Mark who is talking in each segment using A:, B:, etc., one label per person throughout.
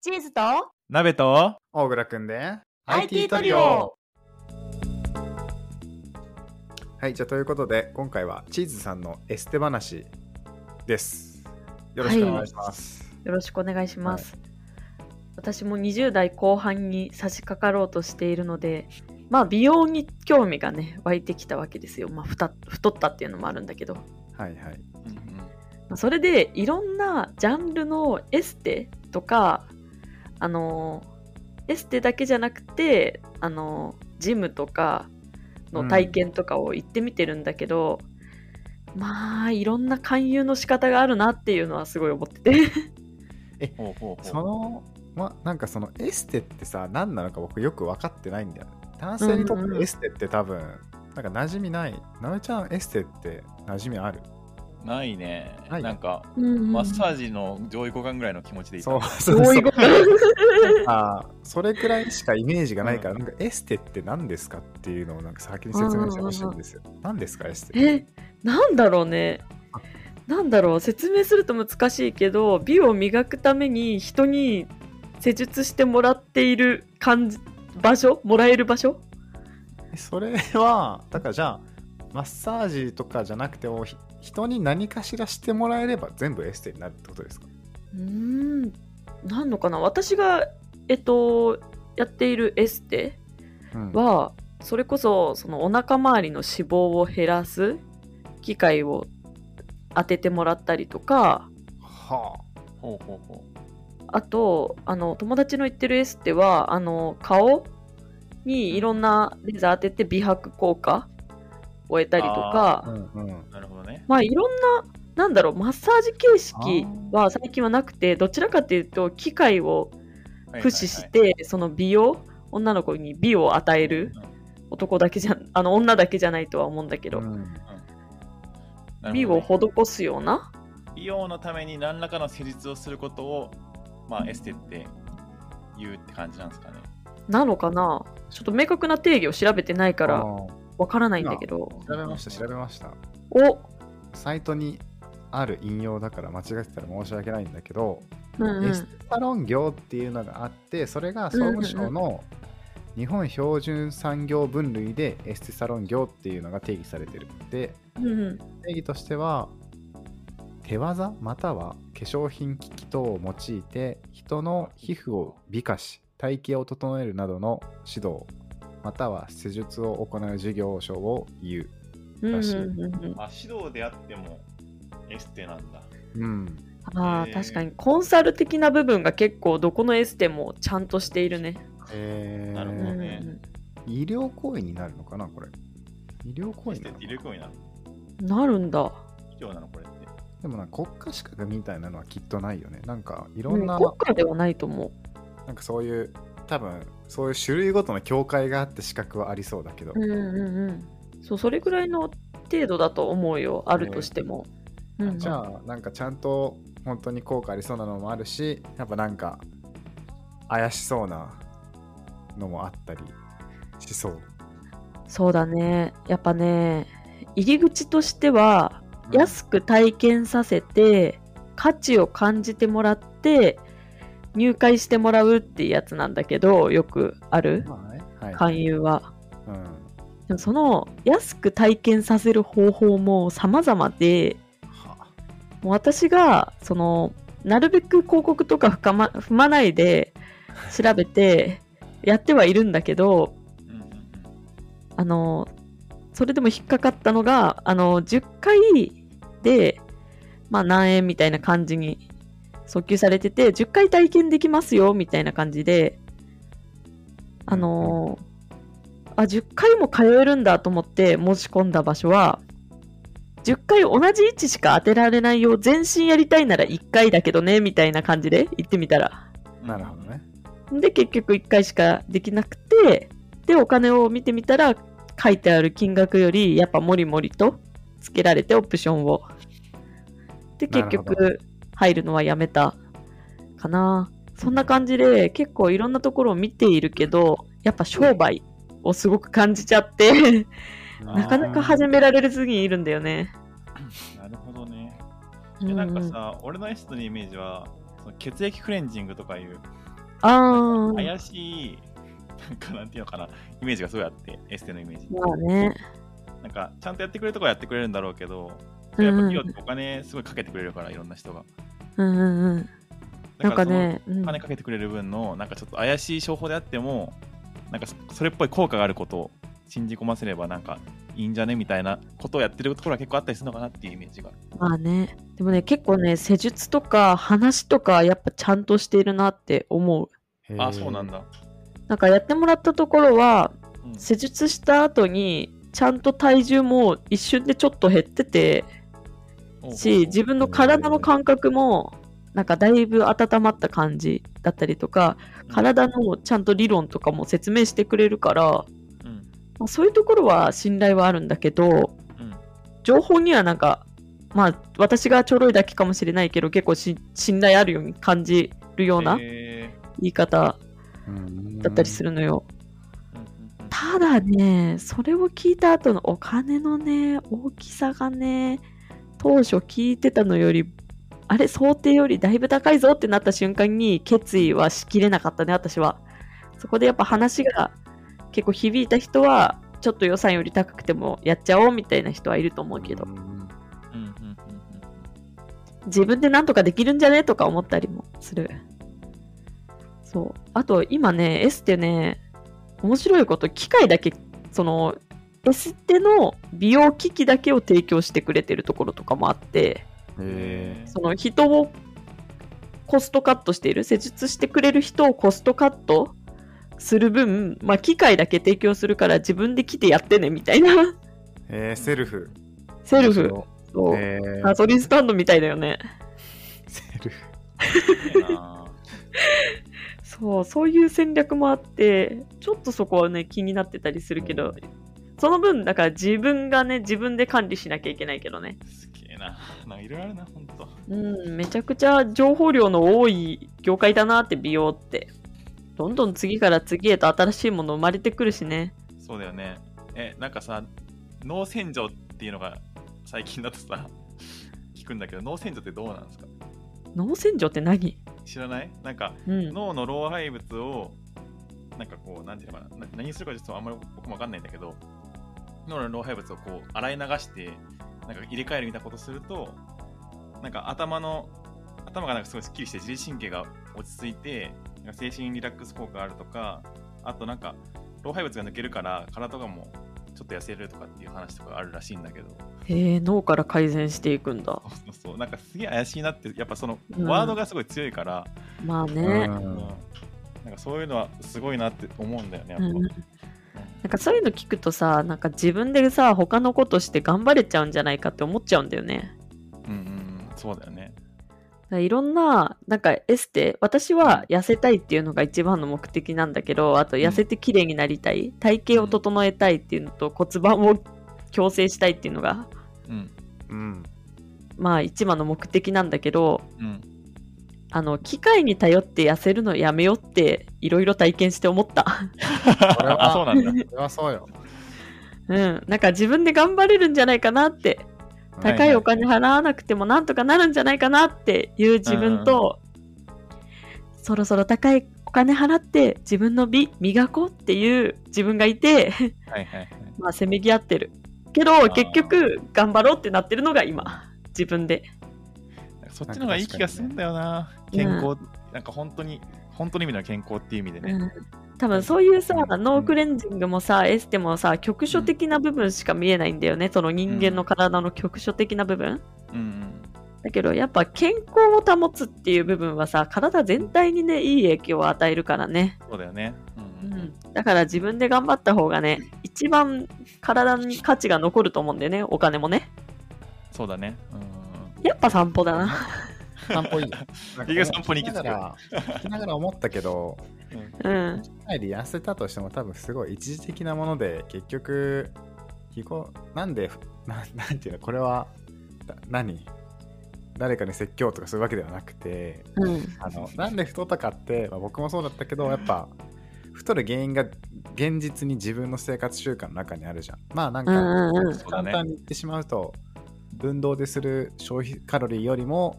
A: チーズと
B: 鍋と
C: 大倉くんで
A: IT トリオ
C: はいじゃあということで今回はチーズさんのエステ話ですよろしくお願いします、
D: よろしくお願いします。私も20代後半に差し掛かろうとしているので、まあ美容に興味がね、湧いてきたわけですよ。まあふた太ったっていうのもあるんだけど。ま
C: はい、はいはい
D: あそれでいろんなジャンルのエステとか、あのーエステだけじゃなくて、あのージムとかの体験とかを行ってみてるんだけど、まあいろんな勧誘の仕方があるなっていうのはすごい思ってて。
B: ほうほう
C: そ
B: ほう
C: のまなんかそのエステってさ何なのか僕よく分かってないんだよね男性にとってエステって多分、なんか馴染みないなめちゃんエステって馴染みある
B: ないね
C: ない
B: なんかマ
D: マ
B: ッサ ージの上位互換ぐらいの気持ちでいた
C: そうそう
D: どう
C: そ
D: いううこと
C: あーそれくらいしかイメージがないから、なんかエステって何ですかっていうのをなんか先に説明してほしいんですよ。何ですかエステ
D: えなんだろうね
C: あ
D: なんだろう説明すると難しいけど美を磨くために人に施術してもらっている感じ場所もらえる場所
C: えそれはだからじゃあマッサージとかじゃなくてもひ人に何かしらしてもらえれば全部エステになるってことですか
D: うーんなんのかな私がえっとやっているエステ
C: うん
D: はそれこそそのお腹周りの脂肪を減らす機械を当ててもらったりとか
C: は
B: ほうほうほう
D: あとあの友達の言ってるエステはあの顔にいろんなレーザー当てて美白効果を得たりと
C: あ
D: か
C: うんうん
B: なるほどね
D: まあいろんななんだろうマッサージ形式は最近はなくてどちらかというと機械を駆使し、て、その美容女の子に美を与える男だけじゃあの女だけじゃないとは思うんだけど、
C: うん
D: 美を施すような
B: 美容のために何らかの施術をすることを、まあ、エステって言うって感じなんですかね。
D: なのかなちょっと明確な定義を調べてないか
C: あ
D: ら
C: ー
D: わからないんだけど
C: 調べました調べました
D: お
C: サイトにある引用だから間違えてたら申し訳ないんだけど、
D: うんう
C: エ
D: ん
C: ステサロン業っていうのがあってそれが総務省の日本標準産業分類でエステサロン業っていうのが定義されてるで
D: うんうん
C: 定義としては手技または化粧品機器等を用いて人の皮膚を美化し体型を整えるなどの指導または施術を行う事業所を言う、らしい
D: うんうんうんうん、
B: あ、指導であってもエステなんだ。
C: うん、
D: あ
B: えー
D: ー確かにコンサル的な部分が結構どこのエステもちゃんとしているね。
C: えー
B: なるほ
D: う
B: ど
D: んう
B: ね
D: ん
C: 医療行為になるのかなこれ医療行
B: エ
C: 為
B: ステ
C: な
B: っ
C: のか
B: て入
C: な
B: れ込みなの
D: なるんだ。
B: 医療なのこれって。
C: でもなんか国家資格みたいなのはきっとないよね。なんかいろ
D: うん
C: んな、
D: 国家ではないと思う。
C: なんかそういう、多分そういう種類ごとの境界があって資格はありそうだけど、
D: うんうんうん。そうそれぐらいの程度だと思うよあるとしても。うんうん
C: じゃあなんかちゃんと本当に効果ありそうなのもあるし、やっぱなんか怪しそうなのもあったりしそう。
D: そうだねやっぱね入り口としては安く体験させて価値を感じてもらって入会してもらうっていうやつなんだけどよくある
C: まあね、はい。
D: 勧誘は。
C: うん。
D: でもその安く体験させる方法も様々で
C: は
D: もう私がそのなるべく広告とか踏,、ま、踏まないで調べてやってはいるんだけど
B: うんうんうん
D: あのそれでも引っかかったのがあの10回で、まあ、何円みたいな感じに訴求されてて10回体験できますよみたいな感じであのあ10回も通えるんだと思って申し込んだ場所は10回同じ位置しか当てられないよ全身やりたいなら1回だけどねみたいな感じで行ってみたら
B: うん
C: なるほどね。
D: で結局1回しかできなくてでお金を見てみたら書いてある金額よりやっぱもりもりとつけられてオプションをで
C: なる
D: 結
C: ほど
D: 局入るのはやめたかなそんな感じで結構いろんなところを見ているけどやっぱ商売をすごく感じちゃってなかなか始められずにいるんだよね
B: なるほどね。
D: う
B: で
D: ん
B: なんかさ、俺のエステのイメージは、その血液クレンジングとかいう
D: ああ、
B: 怪しい、なんかなんていうのかな、イメージがすごいあって、エステのイメージ。
D: まあね。
B: なんか、ちゃんとやってくれるとこはやってくれるんだろうけど、
D: うん
B: やっぱ
D: う
B: 企業って
D: ん
B: お金すごいかけてくれるから、いろんな人が。
D: うんうん。な
B: だ
D: ん
B: ら
D: か
B: その
D: ね、うん
B: お金かけてくれる分の、なんかちょっと怪しい商法であっても、なんかそそれっぽい効果があることを信じ込ませれば、なんかいいんじゃねみたいなことをやってるところは結構あったりするのかなっていうイメージがある。
D: まあね。でもね、結構ね、施術とか話とか、やっぱちゃんとしているなって思う。
B: あ、そうなんだ。
D: なんかやってもらったところは、
B: うん
D: 施術した後に、ちゃんと体重も一瞬でちょっと減ってて、
B: おう
D: し、自分の体の感覚も、なんかだいぶ温まった感じだったりとか、体のちゃんと理論とかも説明してくれるから、
B: うん
D: まあ、そういうところは信頼はあるんだけど、
B: うん
D: 情報にはなんか、まあ、私がちょろいだけかもしれないけど、結構し信頼あるように感じるような
B: へー
D: 言い方だったりす
C: る。
D: るのよ。
B: うんうんうん
D: ただね、それを聞いた後のお金のね、大きさがね、当初聞いてたのより、あれ、想定よりだいぶ高いぞってなった瞬間に、決意はしきれなかったね、私は。そこでやっぱ話が結構響いた人は、ちょっと予算より高くてもやっちゃおうみたいな人はいると思うけど、
C: うん
B: うんうんうんうん
D: 自分でなんとかできるんじゃねとか思ったりもする。そう。あと、今ね、エステね、面白いこと、機械だけ、その、エステの美容機器だけを提供してくれてるところとかもあって、
C: へ
D: その人をコストカットしている、施術してくれる人をコストカットする分、まあ、機械だけ提供するから自分で来てやってね、みたいな。
C: ーえーセルフ。
D: セルフ。そう。
C: えー
D: ガソリンスタンドみたいだよね。
C: セルフ。
B: いいなぁ
D: そう、そういう戦略もあって、ちょっとそこはね、気になってたりするけど、その分、だから自分がね、自分で管理しなきゃいけないけどね。
B: すげえな。なんかいろいろあるな、ほんと。
D: うん、めちゃくちゃ情報量の多い業界だなって、美容って。どんどん次から次へと新しいもの生まれてくるしね。
B: そうだよね。え、なんかさ、脳洗浄っていうのが最近だとさ、聞くんだけど、脳洗浄ってどうなんですか
D: 脳洗浄って何
B: 知らないなんか
D: うん。
B: 脳の老廃物を、なんかこう、なんていうのかな、な何するかちょっとあんまり僕もわかんないんだけど、脳の老廃物をこう洗い流して、なんか入れ替えるみたいなことすると、なんか頭の、頭がなんかすごいスッキリして自律神経が落ち着いて、なんか精神リラックス効果があるとか、あとなんか老廃物が抜けるから体とかもちょっと痩せるとかっていう話とかあるらしいんだけど、
D: へえ、脳から改善していくんだ。
B: そうそうそう、なんかすげえ怪しいなって、やっぱその
D: うん
B: ワードがすごい強いから、
D: まあ
C: う
D: ね。
B: うん
C: ん
B: なんかそういうのはすごいなって思うんだよね、やっ
D: う
B: ぱ。
D: ん。なんかそういうの聞くとさ、なんか自分でさ、他のことして頑張れちゃうんじゃないかって思っちゃうんだよね。
B: うんうん、そうだよね。
D: だからいろんな、なんかエステ、私は痩せたいっていうのが一番の目的なんだけど、あと痩せて綺麗になりたい、体型を整えたいっていうのと骨盤を矯正したいっていうのが、
B: うん。
C: うん。
D: まあ一番の目的なんだけど、
B: うん。
D: あの、機械に頼って痩せるのやめようっていろいろ体験して思った。
C: れ は
B: あ、そうなんだ。
C: それはそうよ。
D: うん。なんか自分で頑張れるんじゃないかなって、
B: はい
D: 高いお金払わなくてもなんとかなるんじゃないかなっていう自分と、そろそろ高いお金払って自分の美磨こうっていう自分がいて、
B: はいはいはい。
D: まあせめぎ合ってる。けど、結局頑張ろうってなってるのが今、自分で。
B: なんかそっちの方がいい気がするんだよな。健康、なんか本当に、本当に意味の健康っていう意味でね。
D: うん多分そういうさ、
B: うん
D: ノークレンジングもさ、エステもさ、局所的な部分しか見えないんだよね。その人間の体の局所的な部分。
B: うんうん。
D: だけどやっぱ健康を保つっていう部分はさ体全体にねいい影響を与えるからね、
B: そうだよね。うんうん。
D: だから自分で頑張った方がね一番体に価値が残ると思うんだよねお金もね
B: そうだね。うん
D: やっぱ散歩だな
C: 散歩い いよ。
B: 結局散歩に行き着く
C: 聞きながら思ったけど、
D: うん
C: 帰り痩せたとしても多分すごい一時的なもので結局非行なんでななんていうのこれはだ何誰かに説教とかするわけではなくて
D: うん
C: あのなんで太ったかって、まあ、僕もそうだったけどやっぱ太る原因が現実に自分の生活習慣の中にあるじゃんまあなん
D: う
C: か、
D: んうんう
B: うん。
D: ん
B: そうだ
C: 簡
B: ね。
C: 単に言ってしまうと運動でする消費カロリーよりも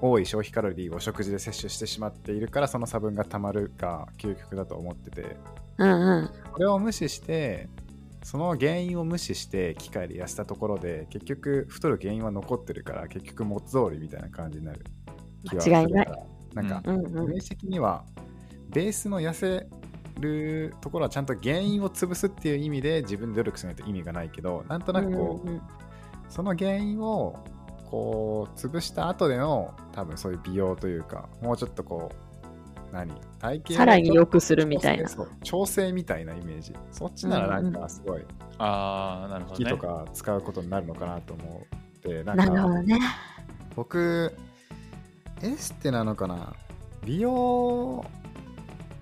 C: 多い消費カロリーを食事で摂取してしまっているからその差分がたまるが究極だと思ってて
D: うんうん。
C: これを無視してその原因を無視して機械で痩せたところで結局太る原因は残ってるから結局元通りみたいな感じになる気はするから
D: 間違いない
C: なんか、
D: うんうん。
C: 明示的にはベースの痩せるところはちゃんと原因を潰すっていう意味で自分で努力しないと意味がないけどなんとなくこう、
D: うんうん
C: その原因をこう潰した後での多分そういう美容というかもうちょっとこう何体型を
D: さらに良くするみたいな。
C: そう調整みたいなイメージそっちならなんかすごい
B: ああ、なるほど、
C: 木
B: ね。
C: とか使うことになるのかなと思ってなん
D: なるほ
C: か
D: どね。
C: 僕エステなのかな美容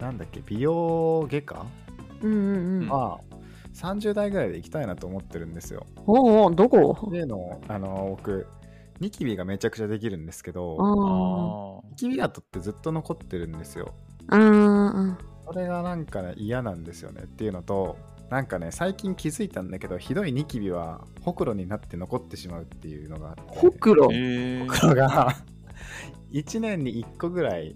C: なんだっけ美容外科
D: うんうんうん。
C: は30代ぐらいで行きたいなと思ってるんですよ。
D: おうおう、ど
C: っ
D: こ
C: ていうのをあの僕ニキビがめちゃくちゃできるんですけど、
D: うん。
B: あ
C: ニキビ跡ってずっと残ってるんですよ。
D: うん。
C: それがなんかね嫌なんですよねっていうのとなんかね最近気づいたんだけどひどいニキビはほくろになって残ってしまうっていうのがあって
D: ほくろ
B: あ。。え
C: ほくろ が1年に1個ぐらい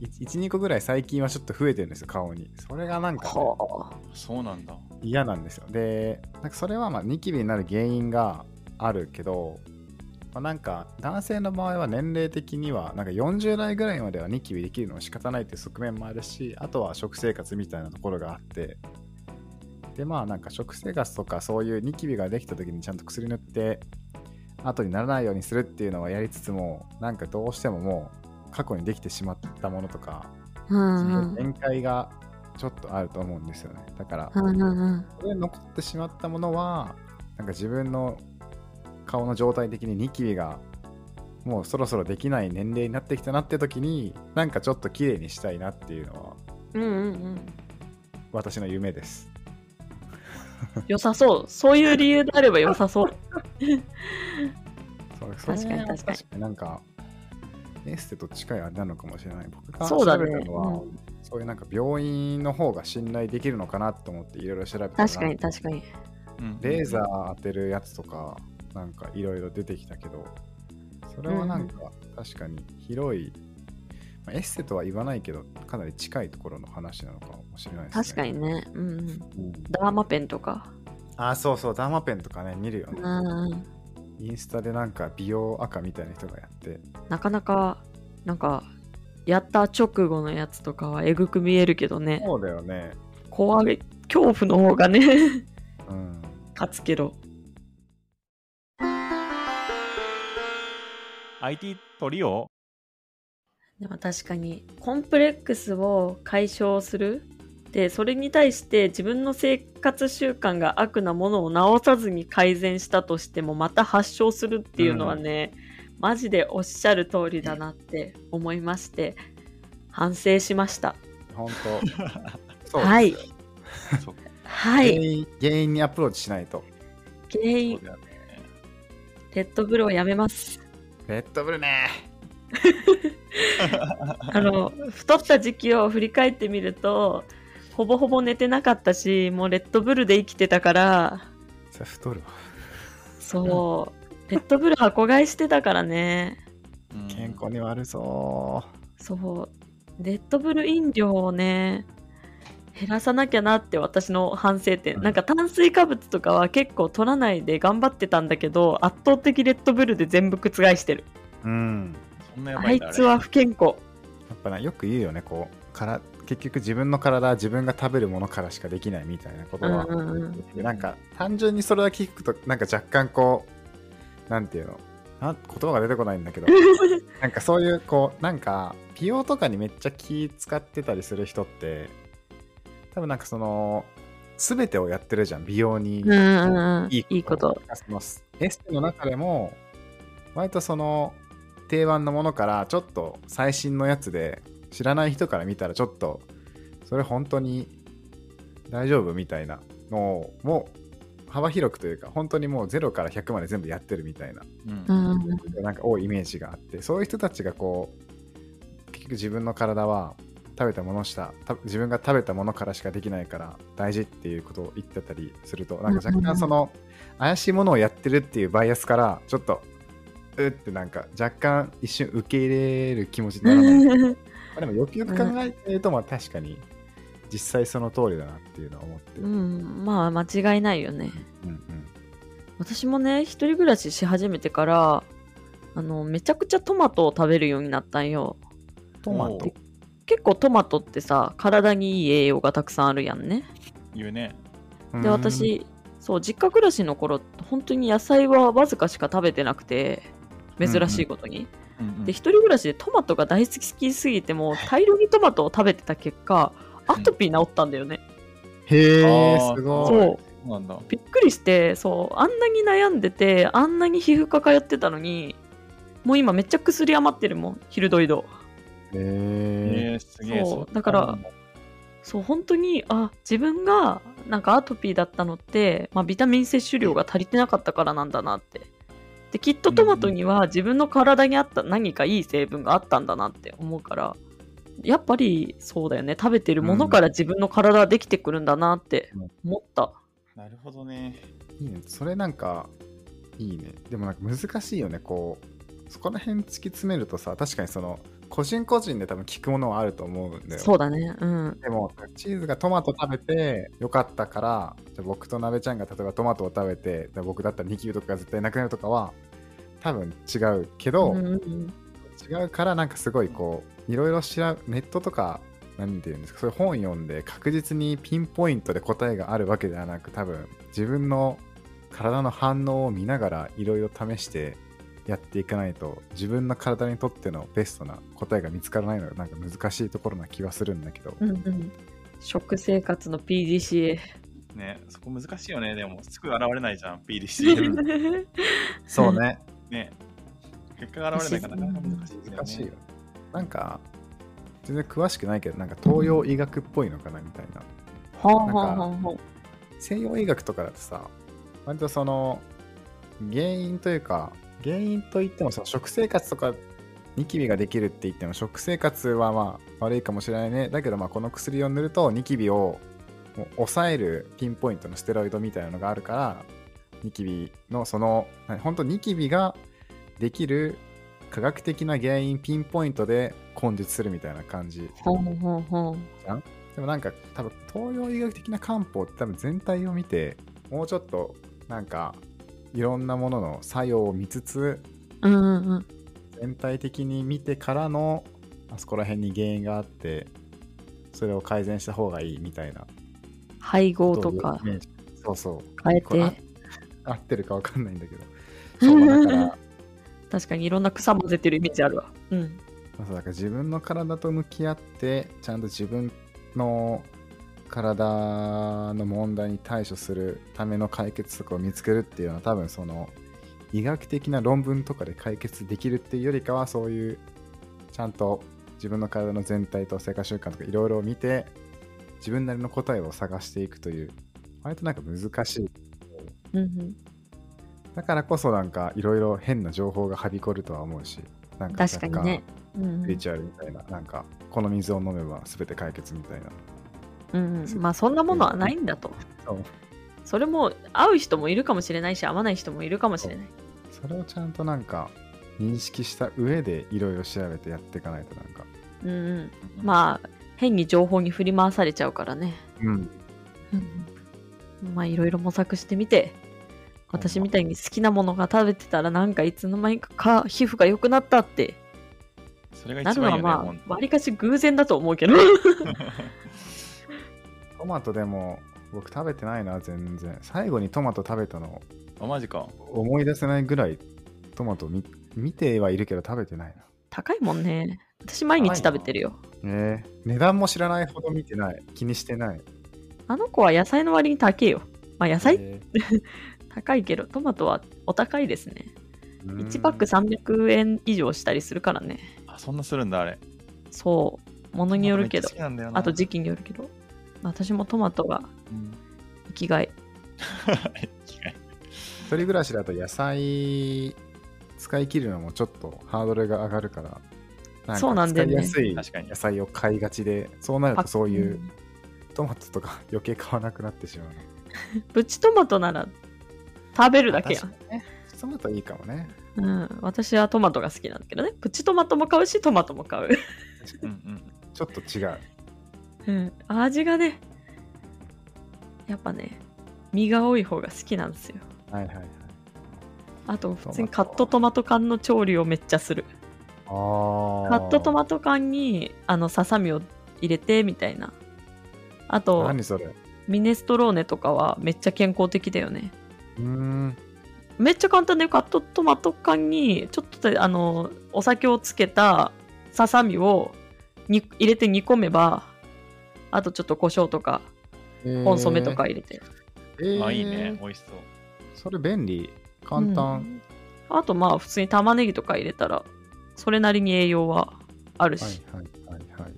C: 12個ぐらい最近はちょっと増えてるんですよ顔にそれがなんかね、
D: ほ
B: そうなんだ。
C: 嫌なんですよでなんかそれはまあニキビになる原因があるけど、まあ、なんか男性の場合は年齢的にはなんか40代ぐらいまではニキビできるのは仕方ないっていう側面もあるしあとは食生活みたいなところがあってでまあなんか食生活とかそういうニキビができた時にちゃんと薬塗って後にならないようにするっていうのはやりつつもなんかどうしてももう過去にできてしまったものとか、
D: う。うんう。
C: そういうん限界がちょっとあると思うんですよねだから、
D: うんうんうん。
C: それで残ってしまったものはなんか自分の顔の状態的にニキビがもうそろそろできない年齢になってきたなって時になんかちょっと綺麗にしたいなっていうのは
D: うんうん
C: 私の夢です
D: うん。良さそう。そういう理由であれば良さそう。
C: そう
D: 確かに
C: それは
D: 確かに
C: なんかエステと近いあれなのかもしれない僕が
D: そうだね
C: 調べたのは
D: う
C: そういうなんか病院の方が信頼できるのかなと思っていろいろ調べたら
D: 確かに確かに。
B: うん
C: レーザー当てるやつとか、なんかいろいろ出てきたけど、それはなんか確かに広い、まあエッセとは言わないけど、かなり近いところの話なのかもしれないですね。
D: 確かに。ね。うんうん。
C: うん、
D: ダーマペンとか。
C: あ、そうそう、ダーマペンとかね、見るよ
D: う
C: ね。
D: ん。
C: インスタでなんか美容赤みたいな人がやって、
D: なかなか、なんか、やった直後のやつとかはえぐく見えるけどね。
C: そうだよね。
D: 怖い。恐怖の方がね、
C: うん。
D: 勝つけど。
B: IT トリオ
D: でも確かにコンプレックスを解消するでそれに対して自分の生活習慣が悪なものを直さずに改善したとしてもまた発症するっていうのはね、マジでおっしゃる通りだなって思いまして反省しました
C: 本当そうですよ
D: はい
B: そう
D: は
C: 原
D: い
C: 因。原因にアプローチしないと。
D: 原
B: そう
D: 因
B: だよね。
D: レッドブルをやめます
C: レッドブルね。
D: あの太った時期を振り返ってみるとほぼほぼ寝てなかったしもうレッドブルで生きてたから
C: それ太るわ。
D: そう。ペットブル箱買いしてたからね。
B: うん
C: 健康に悪そ
D: そう。レッドブル飲料をね、減らさなきゃなって私の反省点。
C: うん
D: なんか炭水化物とかは結構取らないで頑張ってたんだけど、圧倒的レッドブルで全部覆してる。
C: う。うん。
B: そんなや
D: あ
B: ばい
D: い
B: んだ
D: つは不健康。
C: やっぱなよく言うよねこうから結局自分の体は自分が食べるものからしかできないみたいなこと
D: うん
C: は、
D: うんうん。
C: なんか単純にそれだけ聞くとなんか若干こうなんていうのなん言葉が出てこないんだ けどなんかそういうこうなんか美容とかにめっちゃ気使ってたりする人って多分なんかその全てをやってるじゃん美容に、
D: うんうんうん。
C: い
D: い
C: い
D: い
C: こ
D: ことと。
C: エステの中でも割とその定番のものからちょっと最新のやつで知らない人から見たらちょっとそれ本当に大丈夫みたいなのも幅広くというか本当にもう0から100まで全部やってるみたいな
B: うん
D: う。んうん。
C: なんか多いイメージがあってそういう人たちがこう結局自分の体は食べたものしたた自分が食べたものからしかできないから大事っていうことを言ってたりするとなんか若
D: うんうんう
C: 干
D: ん
C: その怪しいものをやってるっていうバイアスからちょっとうってなんか若干一瞬受け入れる気持ちにならないまあでもよくよく考えてみるとまあ確かに実際その通りだなっていうのは思ってる、
D: う
C: うん
D: ん、まあ間違いないよね。
C: うん
D: 私もね、一人暮らしし始めてから、あの、めちゃくちゃトマトを食べるようになったんよ。
C: トマ
B: お
C: ト
B: う
D: 結構トマトってさ、体にいい栄養がたくさんあるやんね。
B: 言うね。
D: で、私、そう、実家暮らしの頃、本当に野菜はわずかしか食べてなくて、珍しいことに。
B: うんうん
D: で、一人暮らしでトマトが大好きすぎて、もう大量にトマトを食べてた結果、アトピー治ったんだよね。
C: へえ
B: あー
C: すごい
D: そう。
B: そうなんだ。
D: びっくりしてそうあんなに悩んでてあんなに皮膚科通ってたのにもう今めっちゃ薬余ってるもんヒルドイド
C: へえ
B: えー、すげえ。
D: そう
B: う
D: だから、そう本当にあ自分がなんかアトピーだったのって、まあ、ビタミン摂取量が足りてなかったからなんだなってできっとトマトには自分の体に合った何かいい成分があったんだなって思うからやっぱりそうだよね食べてるものから自分の体はできてくるんだなって思った、
B: なるほどね。
C: いいねそれなんかいいねでもなんか難しいよねこうそこら辺突き詰めるとさ確かにその個人個人で多分聞くものはあると思うんだよ
D: そうだねうん
C: でもチーズがトマト食べてよかったからじゃあ僕となべちゃんが例えばトマトを食べてじゃあ僕だったらニキビとかが絶対なくなるとかは多分違うけど、
D: うんうんうん
C: 違うからなんかすごいこういろいろ調べネットとか何て言うんですかそういう本読んで確実にピンポイントで答えがあるわけではなく多分自分の体の反応を見ながらいろいろ試してやっていかないと自分の体にとってのベストな答えが見つからないのがなんか難しいところな気はするんだけど、
D: うんうん、食生活の PDCA
B: ね、そこ難しいよね。でも、すぐ現れないじゃん、PDC。
D: 難
C: そうね
B: ね。結果が現れないから、なかなか難しいですよね。
C: 難しいよなんか全然詳しくないけどなんか東洋医学っぽいのかなみたいな
D: ほんほんほんほん
C: 西洋医学とかだとさ割とその原因というか原因といってもその食生活とかニキビができるって言っても食生活はまあ悪いかもしれないねだけどまあこの薬を塗るとニキビをもう抑えるピンポイントのステロイドみたいなのがあるからニキビのそのな本当ニキビができる科学的な原因ピンポイントで根絶するみたいな感じ
D: ほんほんほん
C: でもなんか多分東洋医学的な漢方って多分全体を見てもうちょっとなんかいろんなものの作用を見つつ
D: うんうんうん
C: 全体的に見てからのあそこら辺に原因があってそれを改善した方がいいみたいな
D: 配合
C: ことを
D: か
C: イメージそうそう
D: 変え
C: これあ
D: て
C: 合ってるかわかんないんだけ どそうだから
D: 確かにいろんな草混ぜてるイメージあるわうん
C: そうだから自分の体と向き合ってちゃんと自分の体の問題に対処するための解決策を見つけるっていうのは多分その医学的な論文とかで解決できるっていうよりかはそういうちゃんと自分の体の全体と生活習慣とかいろいろ見て自分なりの答えを探していくという割となんか難しい
D: うんうん
C: だからこそなんかいろいろ変な情報がはびこるとは思うしなんか
D: 確かにねうん
C: スピリチュアルみたいな、なんか、この水を飲めば全て解決みたいな。
D: うんうんまあそんなものはないんだと
C: そう
D: それも合う人もいるかもしれないし合わない人もいるかもしれない
C: それをちゃんとなんか、認識した上でいろいろ調べてやっていかないとなんか。
D: うんうん
B: うん
D: まあ変に情報に振り回されちゃうからね
C: うん。
D: まあいろいろ模索してみて私みたいに好きなものが食べてたらなんかいつの間にかか皮膚が良くなったって
B: それが
D: な
B: 一
D: るの
B: 番いい
D: は
B: よね、
D: ま
B: ほん
D: あ
B: と
D: わりかし偶然だと思う けど
C: トマトでも、僕食べてないな、全然。最後にトマト食べたの、
B: あ、マジか。
C: 思い出せないぐらい、トマト見見てはいるけど食べてないな。
D: 高いもんね私毎日食べてるよ
C: えー、値段も知らないほど見てない。気にしてない。
D: あの子は野菜の割に高えよまあ野菜
C: え
D: 高いけどトマトはお高いですね
C: ー
D: 1パック300円以上したりするからね
B: あ、そんなするんだ、あれ。
D: そうものによるけど
B: トマトめっちゃ好きなんだよな
D: あと時期によるけど私もトマトが
B: うん
D: 生きがい
C: 一人暮らしだと野菜使い切るのもちょっとハードルが上がるから、か
D: そうなんだよね
C: 使いやす
B: 確か
C: い
B: に
C: 野菜を買いがちで、そうなる
D: パ
C: と
D: ッ
C: そういうんトマトとか 余計買わなくなってしまうね。
D: プチトマトなら食べるだけや
C: 確かにねトマトいいかもね。
D: うん、私はトマトが好きなんだけどねプチトマトも買うしトマトも買う、
B: うんうん
C: ちょっと違う。
D: うん、味がねやっぱね身が多い方が好きなんですよ
C: はいはいはい。
D: あと普通にカットトマト缶の調理をめっちゃする
C: あー
D: カットトマト缶にあのささみを入れてみたいなあと
C: 何それう
D: ミネストローネとかはめっちゃ健康的だよね
C: ーん。
D: めっちゃ簡単でカットトマト缶にちょっとであのお酒をつけたささみをに入れて煮込めばあとちょっと胡椒とかコンソメとか入れて、
C: えー。
B: う
C: え
B: ん。
C: ー
B: あ、いいね。。美味しそう。
C: それ便利。簡単。
D: うんあとまあ普通に玉ねぎとか入れたらそれなりに栄養はある
C: はい
D: し、
C: はいはいはい。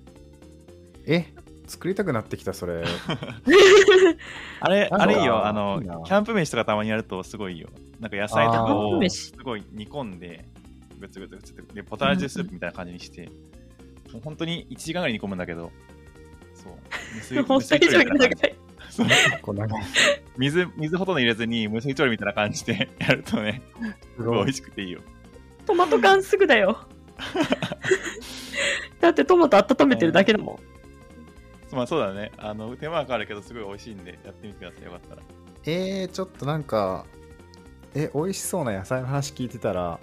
C: え作りたくなってきたそ れ。
B: あれ、
C: なんだ
B: あれいいよ。あの、
C: いいな
B: キャンプ飯とかたまにやるとすごいいいよ。なんか野菜と
C: あー
B: か
D: キャンプ
B: を
D: 飯
B: すごい煮込んで、ぐつぐつぐつって、で、ポタージュスープみたいな感じにして、もう本当に1時間ぐらい煮込むんだけど、そう。 水
D: 本当にそれぐらい
B: そう
C: こうなんか
B: 水、水ほとんど入れずに、無水調理みたいな感じで やるとね、す
C: す
B: ごい
C: ご
B: 美
C: い
B: 味。しくていいよ。
D: トマト缶すぐ だよだってトマト温めてるだけだもん
B: まあそうだね。あの、手間はかかるけど、すごい美味しいんで、やってみてください。よかったら。
C: えー、ちょっとなんか、え、美味しそうな野菜の話聞いてたら、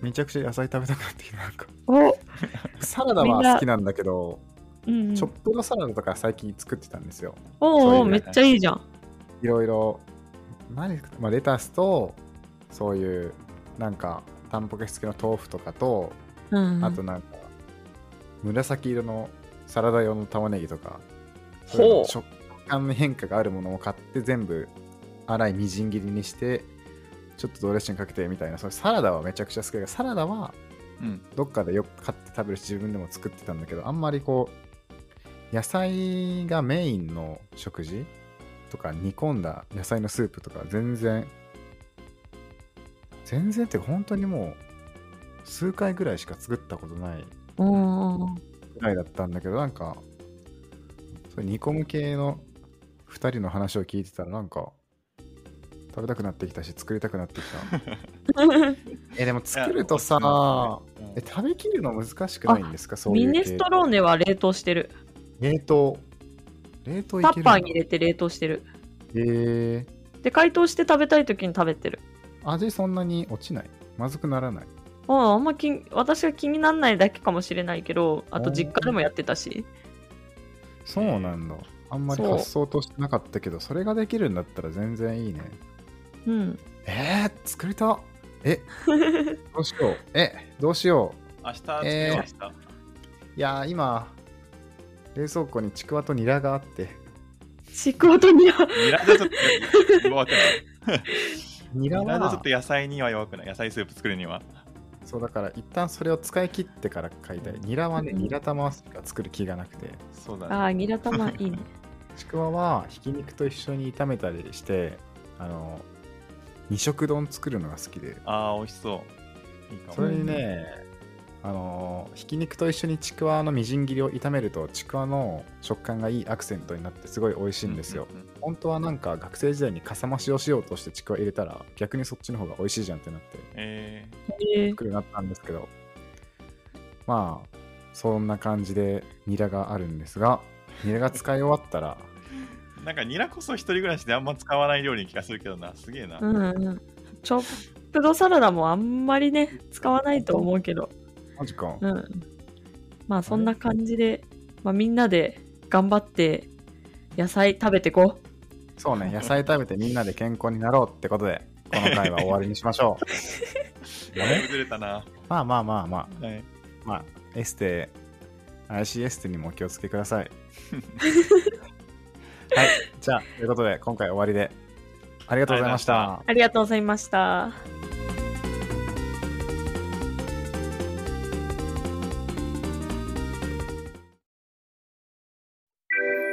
C: めちゃくちゃ野菜食べたくなってきた。なんか
D: お、
C: サラダ
D: みん
C: は
D: な
C: 好きなんだけど、
D: うんうん
C: チョップのサラダとか最近作ってたんですよ。
D: おうおう
B: そういう
D: めっちゃいいじゃん
C: いろいろ、何ですか、まあ、レタスと、そういう、なんか、タンパク質系の豆腐とかと、
D: うん、
C: あとなんか、紫色のサラダ用の玉ねぎとか、そういう
D: ほ
C: の食感の変化があるものを買って、全部、粗いみじん切りにして、ちょっとドレッシングかけてみたいな、そういうサラダはめちゃくちゃ好きだけど、サラダは
B: うん。
C: どっかでよく買って食べるし、自分でも作ってたんだけど、あんまりこう、野菜がメインの食事とか、煮込んだ野菜のスープとか、全然、全然っていうか本当にもう、数回ぐらいしか作ったことない
D: うんうんうん
C: ぐらいだったんだけどなんかそういう煮込む系の2人の話を聞いてたらなんか食べたくなってきたし作りたくなってき たえでも作る
B: い
C: と
B: や
C: さ、
B: うん
C: え食べきるの難しくないんですかそうい
D: ミ
C: う
D: ネストローネは冷凍してる
C: 系冷凍冷凍い
D: タ
C: ける
D: ッ
C: ん
D: パ
C: だ
D: ーに入れて冷凍してる
C: へえ
D: で解凍して食べたい時に食べてる
C: 味そんなに落ちないまずくならない
D: うんあんま気に私が気にならないだけかもしれないけどあと
C: おー
D: 実家でもやってたし
C: そうなんだあんまり
D: そう
C: 発想としてなかったけどそれができるんだったら全然いいね
D: うん
C: えー、作りた えどうしようえどうしよう
B: 明日作る
C: え
B: よ、
C: ー
B: 明日。
C: いやー今冷蔵庫にちくわとニラがあって
D: ちくわとニラ
B: ニラでちょっと弱くない。
C: ニラ
B: ニラでちょっ
C: は
B: と野菜には弱くない。野菜スープ作るには。
C: そうだから一旦それを使い切ってから買いたいニラはね
D: うん
C: ニラ玉しか作る気がなくて
B: そうだね。
D: あーニラ玉い いね
C: ちくわはひき肉と一緒に炒めたりしてあの二色丼作るのが好きで
B: ああ、美味しそう。いいかも。
C: それにねあのひき肉と一緒にちくわのみじん切りを炒めるとちくわの食感がいいアクセントになってすごい美味しいんですよ
B: うううん
C: 本当はなんか学生時代にかさ増しをしようとしてちくわ入れたら逆にそっちの方が美味しいじゃんってなって
B: え
D: えー
C: 作るようになったんですけどまあそんな感じでニラがあるんですがニラが使い終わったら
B: ー、なんかニラこそ一人暮らしであんま使わない料理に気がするけどな。すげえな。
D: うんうんチョップドサラダもあんまりね使わないと思うけど
C: マジか
D: うんまあそんな感じで、まあ、みんなで頑張って野菜食べてこう
C: そうね野菜食べてみんなで健康になろうってことでこの回は終わりにしましょう
B: だいぶずれたな。
C: まあまあまあま
B: はい。
C: あまあエステ IC エステにもお気をつけくだ さいはいじゃあということで今回終わりでありがとうございまし
B: ありがとうございました
C: た
D: ありがとうございました。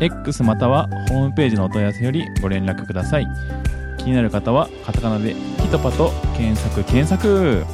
E: X またはホームページのお問い合わせよりご連絡ください気になる方はカタカナで「キトパ」と検索検索